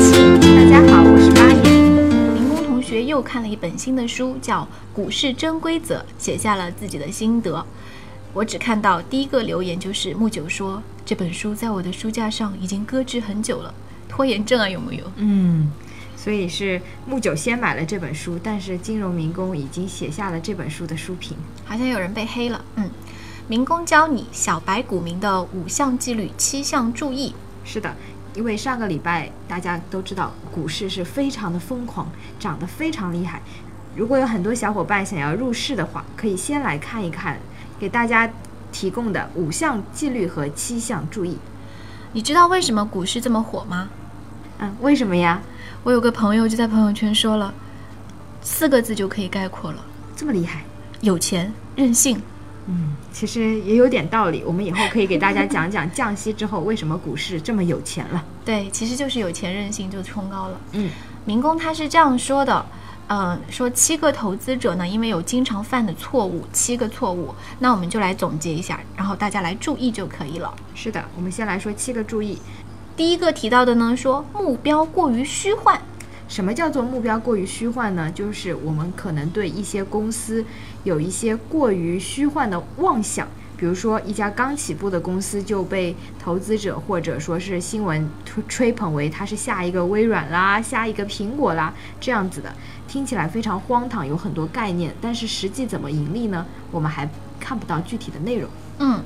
七。大家好，我是八也。林工同学又看了一本新的书，叫《股市真规则》，写下了自己的心得。我只看到第一个留言就是木九说这本书在我的书架上已经搁置很久了，拖延症啊有没有？嗯，所以是木九先买了这本书，但是金融民工已经写下了这本书的书评。好像有人被黑了。嗯，民工教你小白股民的五项纪律，七项注意。是的，因为上个礼拜大家都知道股市是非常的疯狂，涨得非常厉害。如果有很多小伙伴想要入市的话，可以先来看一看给大家提供的五项纪律和七项注意。你知道为什么股市这么火吗？嗯，为什么呀？我有个朋友就在朋友圈说了，四个字就可以概括了：这么厉害？有钱任性。嗯，其实也有点道理。我们以后可以给大家讲讲降息之后为什么股市这么有钱了。对，其实就是有钱任性就冲高了。嗯，民工他是这样说的，嗯、说七个投资者呢，因为有经常犯的错误，七个错误，那我们就来总结一下，然后大家来注意就可以了。是的，我们先来说七个注意。第一个提到的呢，说目标过于虚幻，什么叫做目标过于虚幻呢？就是我们可能对一些公司有一些过于虚幻的妄想，比如说一家刚起步的公司就被投资者或者说是新闻吹吹捧为它是下一个微软啦，下一个苹果啦这样子的，听起来非常荒唐，有很多概念，但是实际怎么盈利呢？我们还看不到具体的内容。嗯，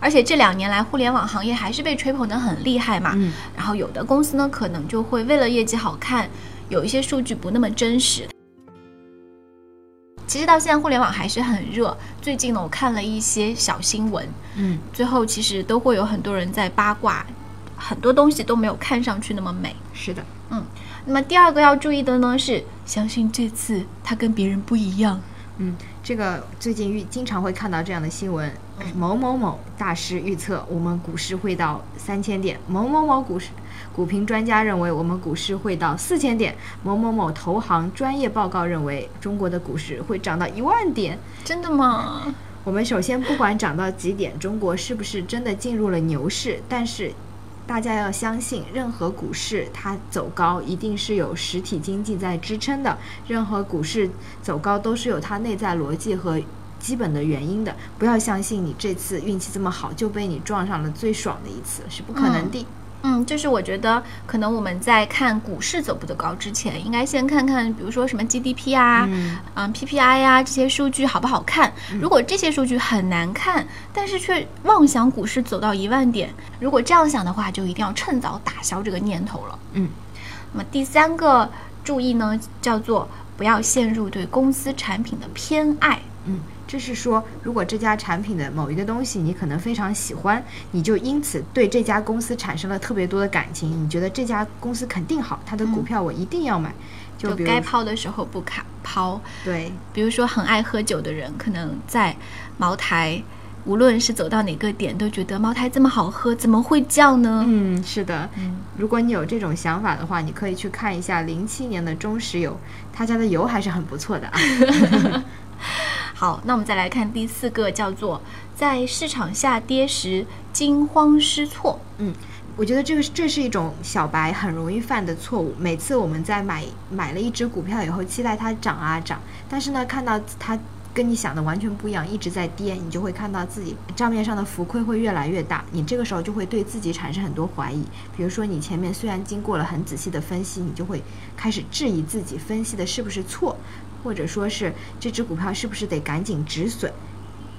而且这两年来，互联网行业还是被吹捧得很厉害嘛。嗯，然后有的公司呢，可能就会为了业绩好看，有一些数据不那么真实。其实到现在，互联网还是很热。最近呢，我看了一些小新闻，嗯，最后其实都会有很多人在八卦，很多东西都没有看上去那么美。是的。那么第二个要注意的呢是，相信这次他跟别人不一样。嗯，这个最近遇经常会看到这样的新闻，某某某大师预测我们股市会到三千点，某某某股市股评专家认为我们股市会到四千点，某某某投行专业报告认为中国的股市会涨到一万点。真的吗？我们首先不管涨到几点，中国是不是真的进入了牛市，但是。大家要相信，任何股市它走高一定是有实体经济在支撑的，任何股市走高都是有它内在逻辑和基本的原因的。不要相信你这次运气这么好就被你撞上了最爽的一次是不可能的。嗯，就是我觉得可能我们在看股市走不走高之前，应该先看看，比如说什么 GDP 啊，嗯嗯，PPI 呀、这些数据好不好看？如果这些数据很难看，但是却妄想股市走到一万点，如果这样想的话，就一定要趁早打消这个念头了。嗯，那么第三个注意呢，叫做不要陷入对公司产品的偏爱。嗯，这是说，如果这家产品的某一个东西你可能非常喜欢，你就因此对这家公司产生了特别多的感情，你觉得这家公司肯定好，它的股票我一定要买。嗯就就比如该抛的时候不卡抛，对，比如说很爱喝酒的人，可能在茅台，无论是走到哪个点，都觉得茅台这么好喝，怎么会这样呢？嗯，是的，嗯如果你有这种想法的话，你可以去看一下零七年的中石油，他家的油还是很不错的啊。好，那我们再来看第四个，叫做在市场下跌时惊慌失措。我觉得这个是这是一种小白很容易犯的错误。每次我们在买买了一只股票以后，期待它涨啊涨，但是呢，看到它跟你想的完全不一样，一直在跌，你就会看到自己呃账面上的浮亏会越来越大。你这个时候就会对自己产生很多怀疑。比如说，你前面虽然经过了很仔细的分析，你就会开始质疑自己分析的是不是错，或者说是这只股票是不是得赶紧止损，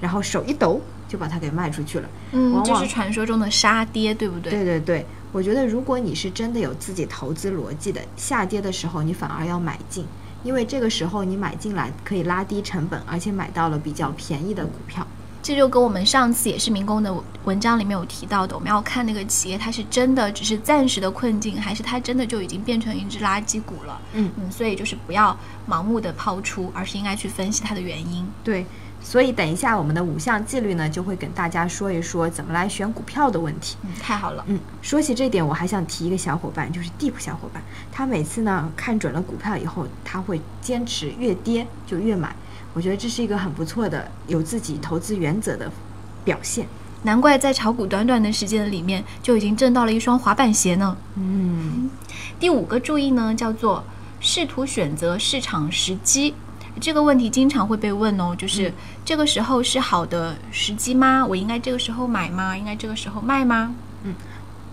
然后手一抖就把它给卖出去了。嗯，往就往是传说中的杀跌，对不对？对对对，我觉得如果你是真的有自己投资逻辑的，下跌的时候你反而要买进，因为这个时候你买进来可以拉低成本，而且买到了比较便宜的股票。这就跟我们上次也是民工的文章里面有提到的，我们要看那个企业它是真的只是暂时的困境，还是它真的就已经变成一只垃圾股了。嗯嗯，所以就是不要盲目的抛出，而是应该去分析它的原因。对，所以等一下我们的五项纪律呢，就会跟大家说一说怎么来选股票的问题。嗯，太好了。嗯，说起这点，我还想提一个小伙伴，就是地普小伙伴，他每次呢看准了股票以后，他会坚持越跌就越买，我觉得这是一个很不错的有自己投资原则的表现。难怪在炒股短短的时间里面就已经挣到了一双滑板鞋呢。嗯，第五个注意呢，叫做试图选择市场时机。这个问题经常会被问哦，就是这个时候是好的时机吗？我应该这个时候买吗？应该这个时候卖吗？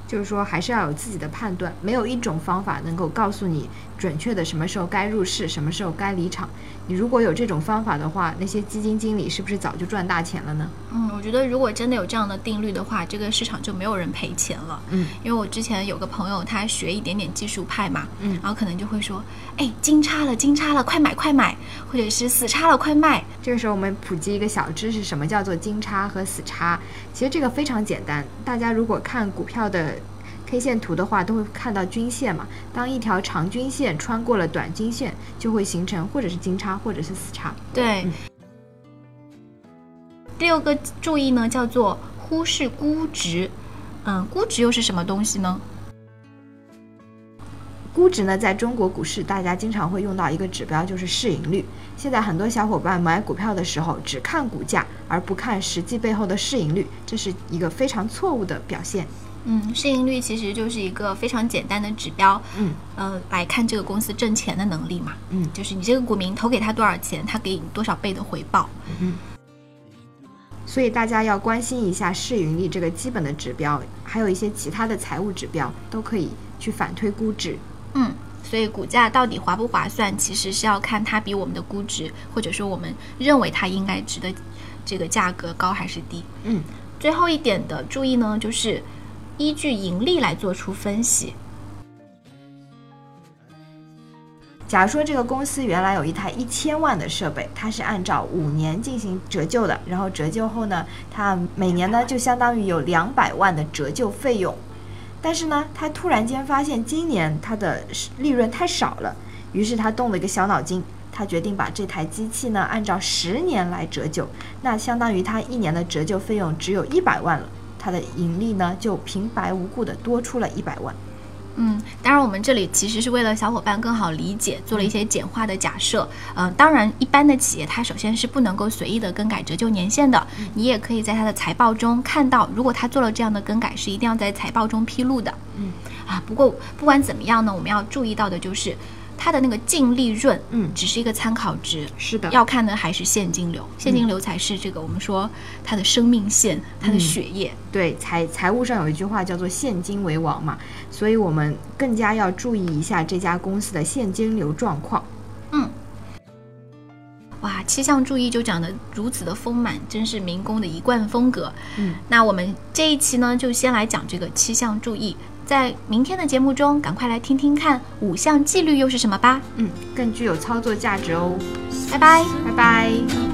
就是说还是要有自己的判断，没有一种方法能够告诉你准确的什么时候该入市，什么时候该离场。你如果有这种方法的话，那些基金经理是不是早就赚大钱了呢？嗯，我觉得如果真的有这样的定律的话，这个市场就没有人赔钱了。嗯，因为我之前有个朋友，他学一点点技术派嘛，嗯然后可能就会说，哎，金叉了，金叉了，快买快买，或者是死叉了，快卖。这个时候我们普及一个小知识，什么叫做金叉和死叉？其实这个非常简单，大家如果看股票的 K 线图的话，都会看到均线嘛。当一条长均线穿过了短均线，就会形成或者是金叉或者是死叉。对。嗯第六个注意呢，叫做忽视估值。嗯，估值又是什么东西呢？估值呢，在中国股市大家经常会用到一个指标，就是市盈率。现在很多小伙伴买股票的时候只看股价，而不看实际背后的市盈率，这是一个非常错误的表现。嗯，市盈率其实就是一个非常简单的指标，嗯，呃，来看这个公司挣钱的能力嘛。嗯就是你这个股民投给他多少钱，他给你多少倍的回报。所以大家要关心一下市盈率这个基本的指标，还有一些其他的财务指标都可以去反推估值。嗯，所以股价到底划不划算，其实是要看它比我们的估值，或者说我们认为它应该值的这个价格高还是低。嗯，最后一点的注意呢，就是依据盈利来做出分析。假如说这个公司原来有一台一千万的设备，它是按照五年进行折旧的，然后折旧后呢，它每年呢就相当于有两百万的折旧费用。但是呢，它突然间发现今年它的利润太少了，于是他动了一个小脑筋，他决定把这台机器呢按照十年来折旧，那相当于他一年的折旧费用只有一百万了，他的盈利呢就平白无故的多出了一百万。嗯，当然，我们这里其实是为了小伙伴更好理解，做了一些简化的假设。嗯、当然，一般的企业它首先是不能够随意的更改折旧年限的。嗯你也可以在它的财报中看到，如果它做了这样的更改，是一定要在财报中披露的。嗯，啊，不过不管怎么样呢，我们要注意到的就是它的那个净利润，嗯只是一个参考值。是的要看的还是现金流，现金流才是这个我们说它的生命线，它的嗯血液。对财财务上有一句话叫做“现金为王”嘛，所以我们更加要注意一下这家公司的现金流状况。哇，七项注意就讲得如此的丰满，真是民工的一贯风格。嗯，那我们这一期呢，就先来讲这个七项注意，在明天的节目中，赶快来听听看五项纪律又是什么吧。嗯，更具有操作价值哦。拜拜。拜拜。